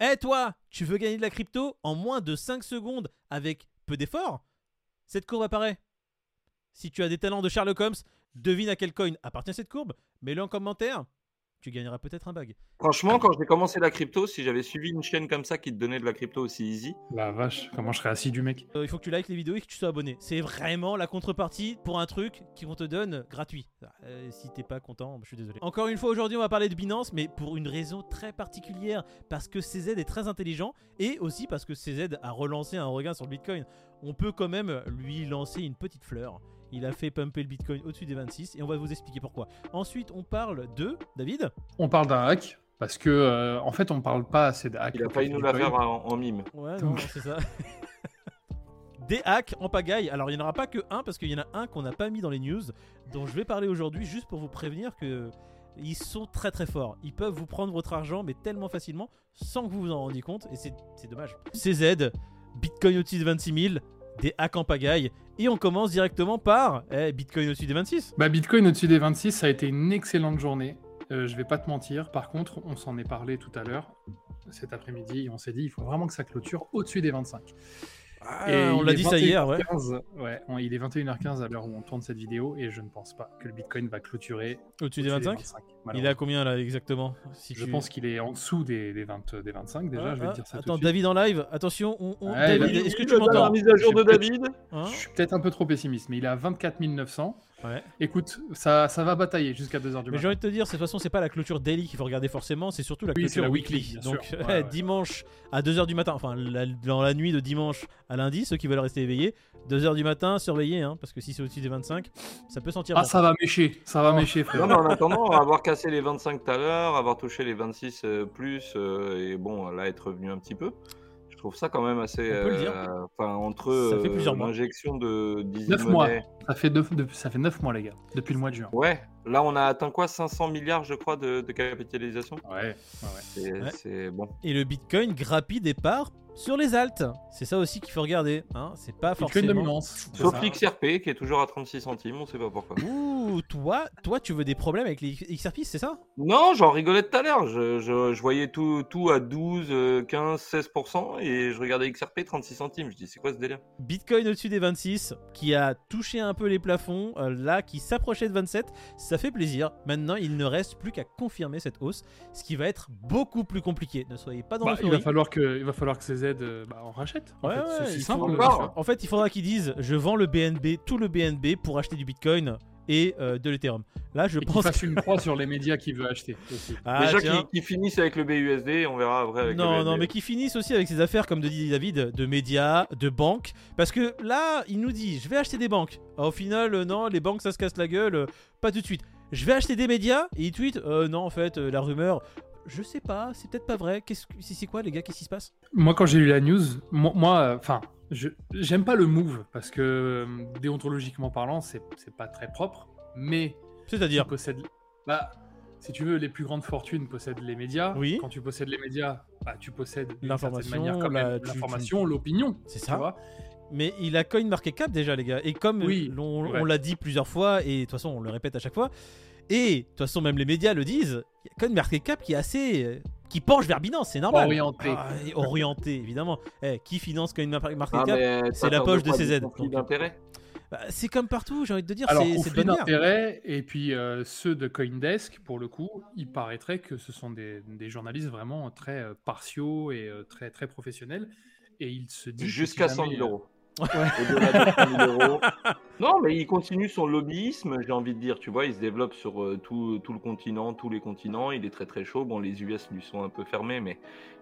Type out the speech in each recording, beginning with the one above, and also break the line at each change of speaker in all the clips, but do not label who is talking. Eh toi, tu veux gagner de la crypto en moins de 5 secondes avec peu d'effort Cette courbe apparaît. Si tu as des talents de Sherlock Holmes, devine à quel coin appartient cette courbe, mets-le en commentaire. Tu gagneras peut-être un bag.
Franchement, quand j'ai commencé la crypto, si j'avais suivi une chaîne comme ça qui te donnait de la crypto aussi easy,
La vache, comment je serais assis du mec
Euh, il faut que tu likes les vidéos et que tu sois abonné. C'est vraiment la contrepartie pour un truc qu'on te donne gratuit. Euh, si t'es pas content, je suis désolé. Encore une fois, aujourd'hui, on va parler de Binance, mais pour une raison très particulière. Parce que CZ est très intelligent et aussi parce que CZ a relancé un regain sur le Bitcoin. On peut quand même lui lancer une petite fleur. Il a fait pumper le Bitcoin au-dessus des 26 et on va vous expliquer pourquoi. Ensuite, on parle de David.
On parle d'un hack parce que euh, en fait on parle pas assez de hack.
il a failli nous la faire hein. en, en mime.
Ouais, non, c'est ça. Des hacks en pagaille. Alors, il n'y en aura pas que un, parce qu'il y en a un qu'on n'a pas mis dans les news, dont je vais parler aujourd'hui, juste pour vous prévenir que ils sont très très forts. Ils peuvent vous prendre votre argent, mais tellement facilement, sans que vous vous en rendiez compte, et c'est c'est dommage. CZ, Bitcoin au-dessus de 26 000, des hacks en pagaille, et on commence directement par eh, Bitcoin au-dessus des 26.
Bah Bitcoin au-dessus des 26, ça a été une excellente journée. Euh, je vais pas te mentir. Par contre, on s'en est parlé tout à l'heure cet après-midi et on s'est dit il faut vraiment que ça clôture au-dessus des 25.
Ah,
Et
on
il
l'a
est
dit ça hier, ouais.
21h15, ouais, on- il est 21h15 à l'heure où on tourne cette vidéo et je ne pense pas que le Bitcoin va clôturer
Au-dessus des
au-dessus
25 Il est
malheureusement.
à combien là exactement si
Je
tu-
pense qu'il est en dessous des, des 20, des 25 déjà,
Ah,
je vais
ah,
te dire ça
Attends,
tout de suite.
David en live, attention, on, on-
Ouais, il a
Eh, David,
mis
est-ce que
Le
tu m'entends
dernier mise à jour de
J'ai peut-être-
David.
Hein
Je suis peut-être un peu trop pessimiste, mais il est à 24 900.
Ouais.
Écoute, ça, ça va batailler jusqu'à 2h
Mais
du matin.
j'ai envie de te dire, c'est- de toute façon, c'est pas la clôture daily qu'il faut regarder forcément, c'est surtout la
Oui,
clôture
c'est la weekly,
weekly.
bien
Donc,
sûr. Ouais, ouais.
dimanche à 2h du matin, enfin, la- dans la nuit de dimanche à lundi, ceux qui veulent rester éveillés, 2h du matin, surveillez, hein, parce que si c'est au-dessus des 25, ça peut sentir
Ah,
bon.
ça va mécher, ça va mécher, frère.
Non, mais en attendant, avoir cassé les 25 tout à l'heure, avoir touché les 26 euh, plus, euh, et bon, là, être revenu un petit peu, je trouve ça quand même assez.
On peut le dire.
euh, Enfin, entre
Ça fait plusieurs
euh,
mois.
l'injection de 19
Neuf mois. Ça fait, deux, deux- ça fait 9 mois, les gars, depuis le mois de juin.
Ouais, là, on a atteint quoi 500 milliards, je crois, de, de capitalisation
Ouais, ouais, ouais.
C'est
Ouais.
c'est bon.
Et le bitcoin grappille des parts sur les altes. C'est ça aussi qu'il faut regarder, hein, c'est pas
Bitcoin
forcément.
dominance. c'est
Sauf
ça.
l'XRP qui est toujours à 36 centimes, on sait pas pourquoi.
Ouh, toi, toi, tu veux des problèmes avec les XRP, c'est ça
Non, j'en rigolais tout à l'heure. Je, je- je voyais tout, tout à 12, euh, 15, 16% et je regardais XRP 36 centimes. Je dis, c'est quoi ce délire
Bitcoin au-dessus des 26, qui a touché un peu les plafonds, euh, là, qui s'approchait de 27, ça fait plaisir. Maintenant, il ne reste plus qu'à confirmer cette hausse, ce qui va être beaucoup plus compliqué. Ne soyez pas dans
Bah, il, va
l'euphorie.
falloir que, il va falloir que ces aides euh, bah, en rachètent. en
Ouais,
fait.
ouais,
C'est aussi
il
simple.
faut-
de faire.
En fait, il faudra qu'ils disent je vends le BNB, tout le BNB pour acheter du Bitcoin et euh, de l'Ethereum. Là, je
Et qu'il
pense
fasse une croix sur les médias qu'il veut acheter. aussi.
Ah,
Déjà
tiens.
qu'ils qu'ils finissent avec le BUSD et on verra après avec
Non,
le
non,
BNB.
mais qui finissent aussi avec ces affaires, comme de dit David, de médias, de banques. Parce que là, il nous dit, je vais acheter des banques. Ah, au final, euh, non, les banques, ça se casse la gueule, euh, pas tout de suite. Je vais acheter des médias, et il tweet, euh, non, en fait, euh, la rumeur, je sais pas, c'est peut-être pas vrai. Qu'est-ce que- C'est c'est quoi, les gars, qu'est-ce qui se passe
Moi, quand j'ai lu la news, moi, moi, enfin, j'aime pas le move parce que euh, déontologiquement parlant, c'est c'est pas très propre. Mais
C'est-à-dire,
qui possèdent- bah, si tu veux, les plus grandes fortunes possèdent les médias.
Oui.
Quand tu possèdes les médias, bah, tu possèdes d'une
L'information,
certaine manière quand
la-
même
tu-
l'information, l'opinion.
c'est
Tu
ça.
vois
Mais il a coin market cap déjà, les gars. Et comme
Oui,
l'on- on,
ouais.
l'a dit plusieurs fois, et de toute façon, on le répète à chaque fois, et de toute façon, même les médias le disent, il y a coin market cap qui est assez. euh, qui penche vers Binance, c'est normal.
Orienté.
Ah, et orienté, évidemment. Eh, qui finance
Ah,
CoinMarketCap
mais
c'est
t'as
la
peur
poche de
quoi,
CZ,
des conflits
donc.
d'intérêts
Bah, C'est comme partout, j'ai envie de te dire,
Alors,
c'est c'est de
conflit
bonne guerre.
d'intérêt, et puis euh, ceux de Coindesk, pour le coup, il paraîtrait que ce sont des, des journalistes vraiment très euh, partiaux et euh, très, très professionnels. Et il se dit. que si
jusqu'à 100
jamais, euh,
000 euros.
Ouais.
Au-delà de 100 000 euros. Non, mais il continue son lobbyisme, j'ai envie de dire. Tu vois, il se développe sur euh, tout, tout le continent, tous les continents. Il est très très chaud. Bon, les US lui sont un peu fermés, mais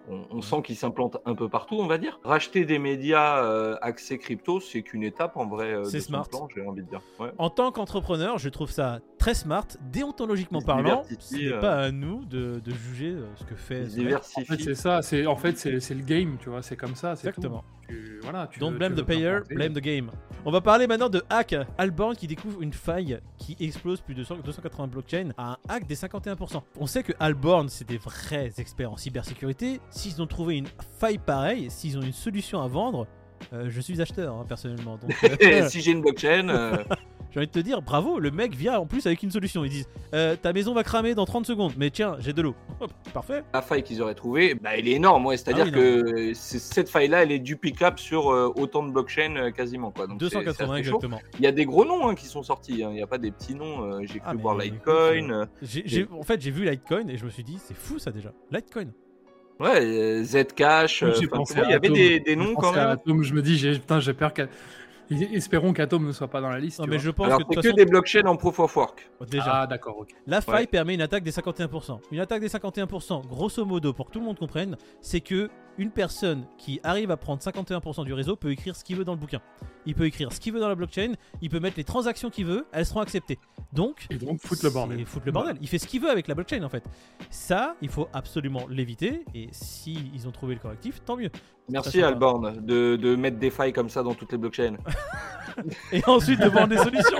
on, on sent qu'il s'implante un peu partout, on va dire. Racheter des médias euh, axés crypto, c'est qu'une étape en vrai euh,
C'est
de son
smart.
plan, j'ai envie de dire. Ouais.
En tant qu'entrepreneur, je trouve ça très smart, déontologiquement
Il se
parlant.
diversifie,
Ce n'est
euh.
pas à nous de, de juger euh, ce que fait.
Il
ce mec.
euh, En fait,
diversifie.
c'est ça. c'est- En fait, c'est c'est le game, tu vois. C'est comme ça. c'est tout.
Exactement.
Tu- voilà, tu
Don't
veux-
blame
tu
the
veux
player,
t'implanter.
blame the game. On va parler maintenant de hack. Alborn qui découvre une faille qui explose plus de 100 280 blockchains à un hack des 51%. On sait que Alborn, c'est des vrais experts en cybersécurité. S'ils ont trouvé une faille pareille, s'ils ont une solution à vendre, euh, je suis acheteur hein, personnellement. Donc, euh,
si j'ai une blockchain, euh,
J'ai envie de te dire, bravo, le mec vient en plus avec une solution. Ils disent, euh, ta maison va cramer dans 30 secondes, mais tiens, j'ai de l'eau. Hop, Parfait.
La faille qu'ils auraient trouvée, bah, elle est énorme. Ouais. C'est-à-dire
Ah oui,
que c'est- cette faille-là, elle est duplicable sur euh, autant de blockchains euh, quasiment. Quoi. Donc, c'est- c'est
280
assez chaud.
exactement.
Il y a des gros noms hein, qui sont sortis. hein. Il n'y a pas des petits noms. euh, J'ai
Ah,
cru
mais
voir
écoute,
Litecoin. euh,
J'ai- j'ai- en fait, j'ai vu Litecoin et je me suis dit, c'est fou ça déjà. Litecoin.
Ouais, euh, Zcash. euh,
J'ai
enfin,
pensé
tu vois, il y
à
avait
Atom.
des, des
J'ai
noms
pensé
quand
à
même.
Atom, je me dis, j'ai- putain, j'ai peur qu'Atom. Espérons qu'Atom ne soit pas dans la liste.
Non,
tu
mais
vois.
je pense
Alors,
que de
c'est
toute
que
façon,
des blockchains en proof of work.
déjà,
Ah, d'accord, ok.
la faille permet une attaque des 51%. Une attaque des 51%, grosso modo, pour que tout le monde comprenne, c'est que une personne qui arrive à prendre 51% du réseau peut écrire ce qu'il veut dans le bouquin. Il peut écrire ce qu'il veut dans la blockchain, il peut mettre les transactions qu'il veut, elles seront acceptées. Donc,
Et donc, foutre le bordel.
C'est foutre le bordel. Il fait ce qu'il veut avec la blockchain en fait. Ça, il faut absolument l'éviter. Et si ils ont trouvé le correctif, tant mieux.
Merci
façon,
Alborn de, de mettre des failles comme ça dans toutes les blockchains.
Et ensuite de vendre des solutions.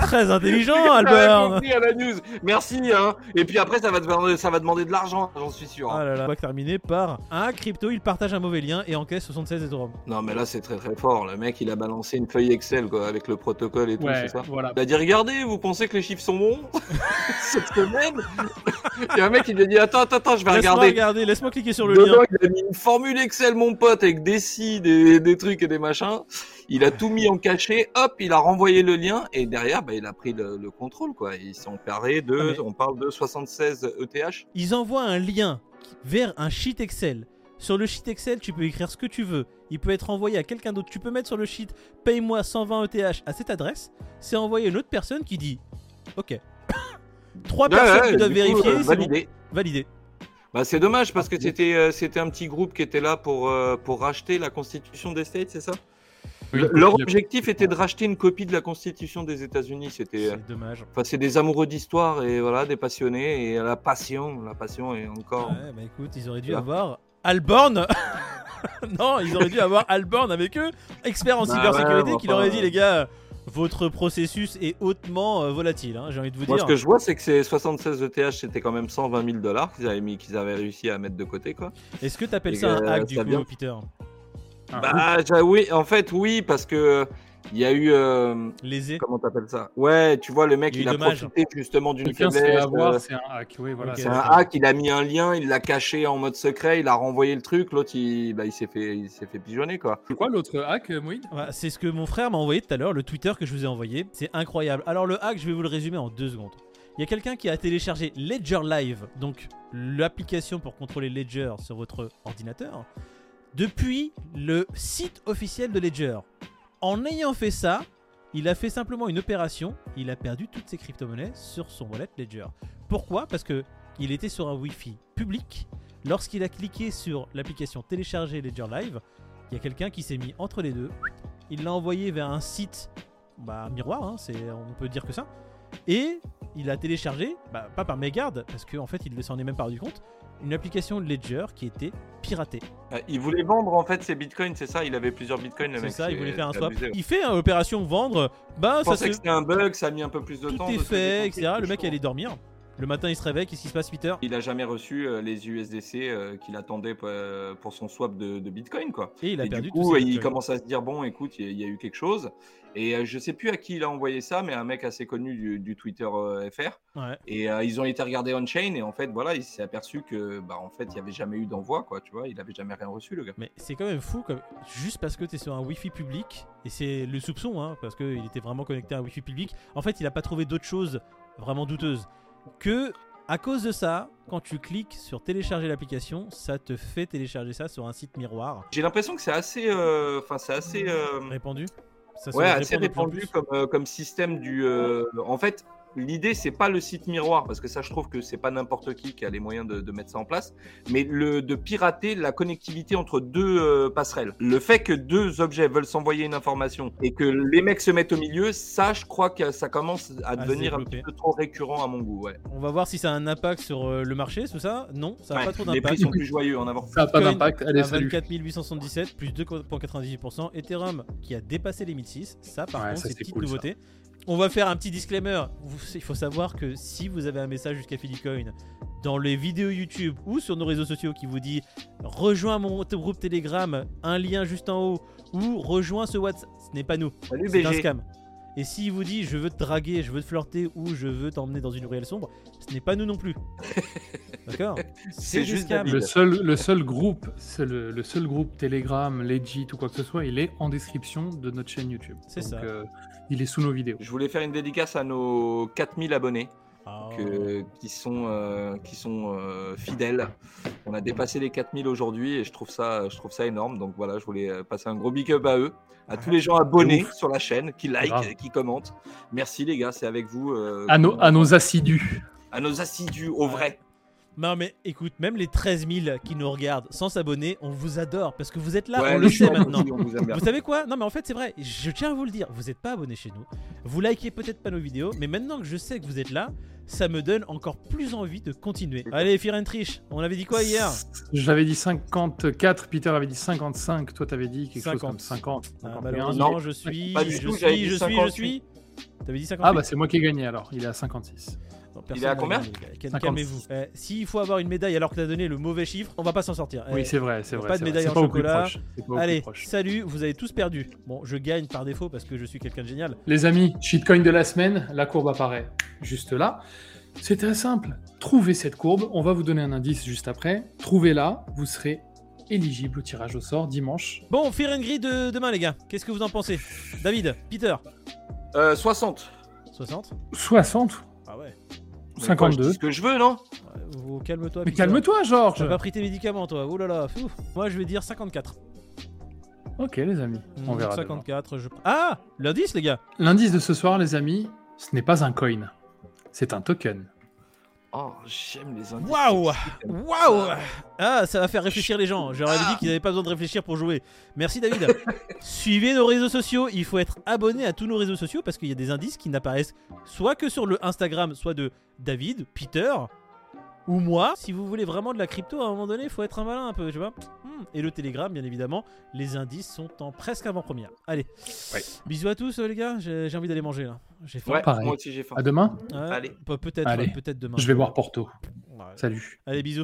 Très intelligent,
Ah,
Albert.
compris à la news. Merci. Hein. Et puis après, ça va, te- ça va demander de l'argent, j'en suis sûr. hein.
Ah là là. On va terminer par un crypto. Il partage un mauvais lien et encaisse 76 Ethereum.
Non, mais là, c'est très très fort. Le mec, il a balancé une feuille Excel quoi, avec le protocole et tout,
Ouais,
c'est ça
voilà.
Il a dit Regardez, vous pensez que les chiffres sont bons cette semaine Et un mec, il lui a dit Attends, attends, attends, je vais
Laisse-moi
regarder.
regarder. Laisse-moi cliquer sur le
Dedans,
lien.
il a mis une formule Excel, mon pote, avec des si, des, des trucs et des machins. Il a tout mis en cachet, hop, il a renvoyé le lien et derrière, bah, il a pris le, le contrôle. quoi. Ils sont parés de,
Ah, mais-
on parle de E 76 ETH.
Ils envoient un lien vers un sheet Excel. Sur le sheet Excel, tu peux écrire ce que tu veux. Il peut être envoyé à quelqu'un d'autre. Tu peux mettre sur le sheet paye-moi 120 ETH à cette adresse. C'est envoyé à une autre personne qui dit OK. Trois personnes qui doivent
du coup,
vérifier.
euh,
c'est bon.
validé.
Validé.
Bah, c'est dommage parce que c'était euh, c'était un petit groupe qui était là pour euh, pour racheter la Constitution des States, c'est ça
Oui,
Le- Leur
il a-
objectif était de racheter une copie de la Constitution des États-Unis. C'était euh,
C'est dommage.
enfin c'est des amoureux d'histoire et voilà des passionnés et la passion, la passion est encore.
Ouais, bah écoute, ils auraient dû
Là.
avoir Alborn. non, ils auraient dû avoir Alborn avec eux, expert en
Bah
cybersécurité,
ouais,
qui
enfin,
leur aurait dit
euh,
les gars, votre processus est hautement euh, volatile. hein, J'ai envie de vous
Moi, ce
dire.
que je vois, c'est que ces 76 ETH, c'était quand même 120 000 dollars qu'ils avaient mis, qu'ils avaient réussi à mettre de côté, quoi.
Est-ce que t'appelles
Les
ça un
gars,
hack du
ça
coup,
vient.
Peter
Ah,
Bah, j'a- oui, en fait, oui, parce que euh, il y a eu, euh,
Lésé
comment t'appelles ça Ouais, tu vois, le mec,
Il y a
il,
eu
a
dommage.
profité justement d'une
Quelqu'un se fait
faiblesse. euh, Ah,
avoir, c'est un hack. Oui, voilà.
Ok.
C'est
c'est
un
ça.
hack, il a mis un lien, il l'a caché en mode secret, il a renvoyé le truc, l'autre il, bah, il s'est fait, il s'est fait pigeonner quoi.
C'est quoi l'autre hack, euh, Moïd
Voilà, c'est ce que mon frère m'a envoyé tout à l'heure, le Twitter que je vous ai envoyé. C'est incroyable. Alors le hack, je vais vous le résumer en deux secondes. Il y a quelqu'un qui a téléchargé Ledger Live, donc l'application pour contrôler Ledger sur votre ordinateur, depuis le site officiel de Ledger. En ayant fait ça, il a fait simplement une opération. Il a perdu toutes ses crypto-monnaies sur son wallet Ledger. Pourquoi Parce que il était sur un Wi-Fi public. Lorsqu'il a cliqué sur l'application télécharger Ledger Live, il y a quelqu'un qui s'est mis entre les deux. Il l'a envoyé vers un site bah, miroir, hein, c'est, on peut dire que ça. Et il a téléchargé, bah, pas par mégarde, parce qu'en en fait il ne s'en est même pas rendu compte, une application Ledger qui était piratée.
Euh, Il voulait vendre en fait ses bitcoins, c'est ça Il avait plusieurs bitcoins le
c'est
mec.
ça, il voulait faire un
c'est
swap.
abusé, ouais.
Il fait une opération vendre, bah
Je
ça
pensais
se...
que c'était un bug, ça a mis un peu plus de temps.
Tout
de
est
ce que j'ai
fait,
compris,
etc. Le
c'est
mec
chaud.
allait dormir. Le matin il se réveille, qu'est-ce qui se passe 8 heures
Il a jamais reçu euh, les USDC euh, qu'il attendait euh, pour son swap de, de bitcoin quoi.
Et il a
et
perdu
du coup,
tous ses
il
bitcoins.
commence à se dire bon, écoute, il y, a- il y a eu quelque chose. Et euh, je sais plus à qui il a envoyé ça, mais un mec assez connu du, du Twitter euh, FR.
Ouais.
Et euh, ils ont été regardés on chain et en fait voilà, il s'est aperçu que bah en fait il n'y avait jamais eu d'envoi quoi, tu vois, il avait jamais rien reçu le gars.
Mais c'est quand même fou, comme... juste parce que tu es sur un Wi-Fi public, et c'est le soupçon, hein, parce qu'il était vraiment connecté à un Wi-Fi public, en fait, il n'a pas trouvé d'autre chose vraiment douteuse que, à cause de ça, quand tu cliques sur télécharger l'application, ça te fait télécharger ça sur un site miroir
J'ai l'impression que c'est assez, euh, enfin c'est assez, euh,
répandu. Ça se
ouais, assez
répand de plus en plus.
répandu comme, euh, comme système du. euh, en fait, l'idée c'est pas le site miroir parce que ça je trouve que c'est pas n'importe qui qui a les moyens de, de mettre ça en place, mais le de pirater la connectivité entre deux euh, passerelles. Le fait que deux objets veulent s'envoyer une information et que les mecs se mettent au milieu, ça je crois que ça commence à,
se
devenir un
développer.
petit peu trop récurrent à mon goût. Ouais.
On va voir si ça a un impact sur euh, le marché, tout ça. Non, ça n'a
Ouais,
pas trop
les prix
d'impact.
sont plus joyeux hein, en avant.
Ça n'a pas
Bitcoin Ah,
d'impact.
à
Allez, salut.
24 877 plus 2,98%. Ethereum qui a dépassé les 1006. Ça, par
Ouais,
contre,
ça,
c'est une
c'est
petite
cool, ça.
nouveauté. On va faire un petit disclaimer. Vous- Il faut savoir que si vous avez un message jusqu'à Philicoin dans les vidéos YouTube ou sur nos réseaux sociaux qui vous dit rejoins mon t- groupe Telegram, un lien juste en haut ou rejoins ce WhatsApp, ce n'est pas nous.
Salut
C'est un
BG.
scam. Et s'il vous dit je veux te draguer, je veux te flirter ou je veux t'emmener dans une ruelle sombre, ce n'est pas nous non plus. D'accord
C'est juste
risquable.
Le seul, le seul groupe, c'est le, le seul groupe Telegram, Legit ou quoi que ce soit, il est en description de notre chaîne YouTube.
C'est
Donc,
ça.
euh, il est sous nos vidéos.
Je voulais faire une dédicace à nos 4000 abonnés
Ah,
que- qui sont, euh, qui sont euh, fidèles. On a dépassé les 4000 aujourd'hui et je trouve, ça, je trouve ça énorme. Donc voilà, je voulais euh, passer un gros big up à eux, à tous les gens abonnés
ouf.
sur la chaîne, qui
Grave.
like, qui commentent. Merci les gars, c'est avec vous. euh,
À nos,
qu'on-
à nos assidus.
à nos assidus, au vrai.
Non mais écoute, même les 13 000 qui nous regardent sans s'abonner, on vous adore parce que vous êtes là,
Ouais,
on le
je suis
sait
en
maintenant.
conflit, on vous aime bien.
Vous savez quoi Non mais en fait c'est vrai, je tiens à vous le dire, vous n'êtes pas abonné chez nous, vous likez peut-être pas nos vidéos, mais maintenant que je sais que vous êtes là, ça me donne encore plus envie de continuer. Allez Firentrich, on avait dit quoi hier
J'avais dit 54, Peter avait dit 55, toi t'avais dit quelque chose comme 50.
ah,
51.
Malheureusement
non.
je suis,
Pas
je
du
suis,
tout,
je
j'avais dit
suis, je
58.
suis. T'avais dit 58
Ah bah c'est moi qui ai gagné alors, il est à 56.
Non,
Il
personne
est à
n'a
combien
gagné, les gars. Calme-
56.
Calmez-vous. Eh, S'il faut avoir une médaille alors que t'as donné le mauvais chiffre, on va pas s'en sortir. Eh,
oui c'est vrai, c'est
y a
vrai.
pas de
c'est vrai.
médaille
C'est
en
pas au plus
chocolat.
proche, c'est pas au plus
Allez,
proche.
salut, vous avez tous perdu. Bon, je gagne par défaut parce que je suis quelqu'un de génial.
Les amis, shitcoin de la semaine, la courbe apparaît juste là. C'est très simple. Trouvez cette courbe, on va vous donner un indice juste après. Trouvez-la, vous serez éligible au tirage au sort dimanche.
Bon, Fear and Greed de demain, les gars. Qu'est-ce que vous en pensez David, Peter,
Euh, 60.
60
60
Ah ouais.
Mais quoi, je dis
52
Ce que je veux, non
Ouais, vous- Calme-toi.
Mais
Peter.
calme-toi
T'as
Georges
pas pris tes médicaments, toi. Oh là là, fou. Moi, je vais dire 54.
Ok les amis, on
Hmm,
verra. demain.
54, je. Ah L'indice, les gars
L'indice de ce soir les amis, ce n'est pas un coin, c'est un token.
Oh, j'aime les indices.
Waouh
J'aime
Waouh
ça.
Ah, ça va faire réfléchir les gens. J'aurais
Ah.
dit qu'ils n'avaient pas besoin de réfléchir pour jouer. Merci, David. Suivez nos réseaux sociaux. Il faut être abonné à tous nos réseaux sociaux parce qu'il y a des indices qui n'apparaissent soit que sur le Instagram, soit de David, Peter ou moi. Si vous voulez vraiment de la crypto, à un moment donné, il faut être un malin un peu, tu vois. Hmm. Et le Telegram, bien évidemment. Les indices sont en presque avant-première. Allez.
Ouais.
Bisous à tous, euh, les gars. J'ai j'ai envie d'aller manger, là. J'ai faim.
Ouais,
Pareil.
moi aussi j'ai faim.
À demain,
Ouais.
allez.
Pe- Peut-être,
Allez.
ouais, peut-être demain.
je vais voir Porto.
Ouais.
Salut.
Allez, bisous.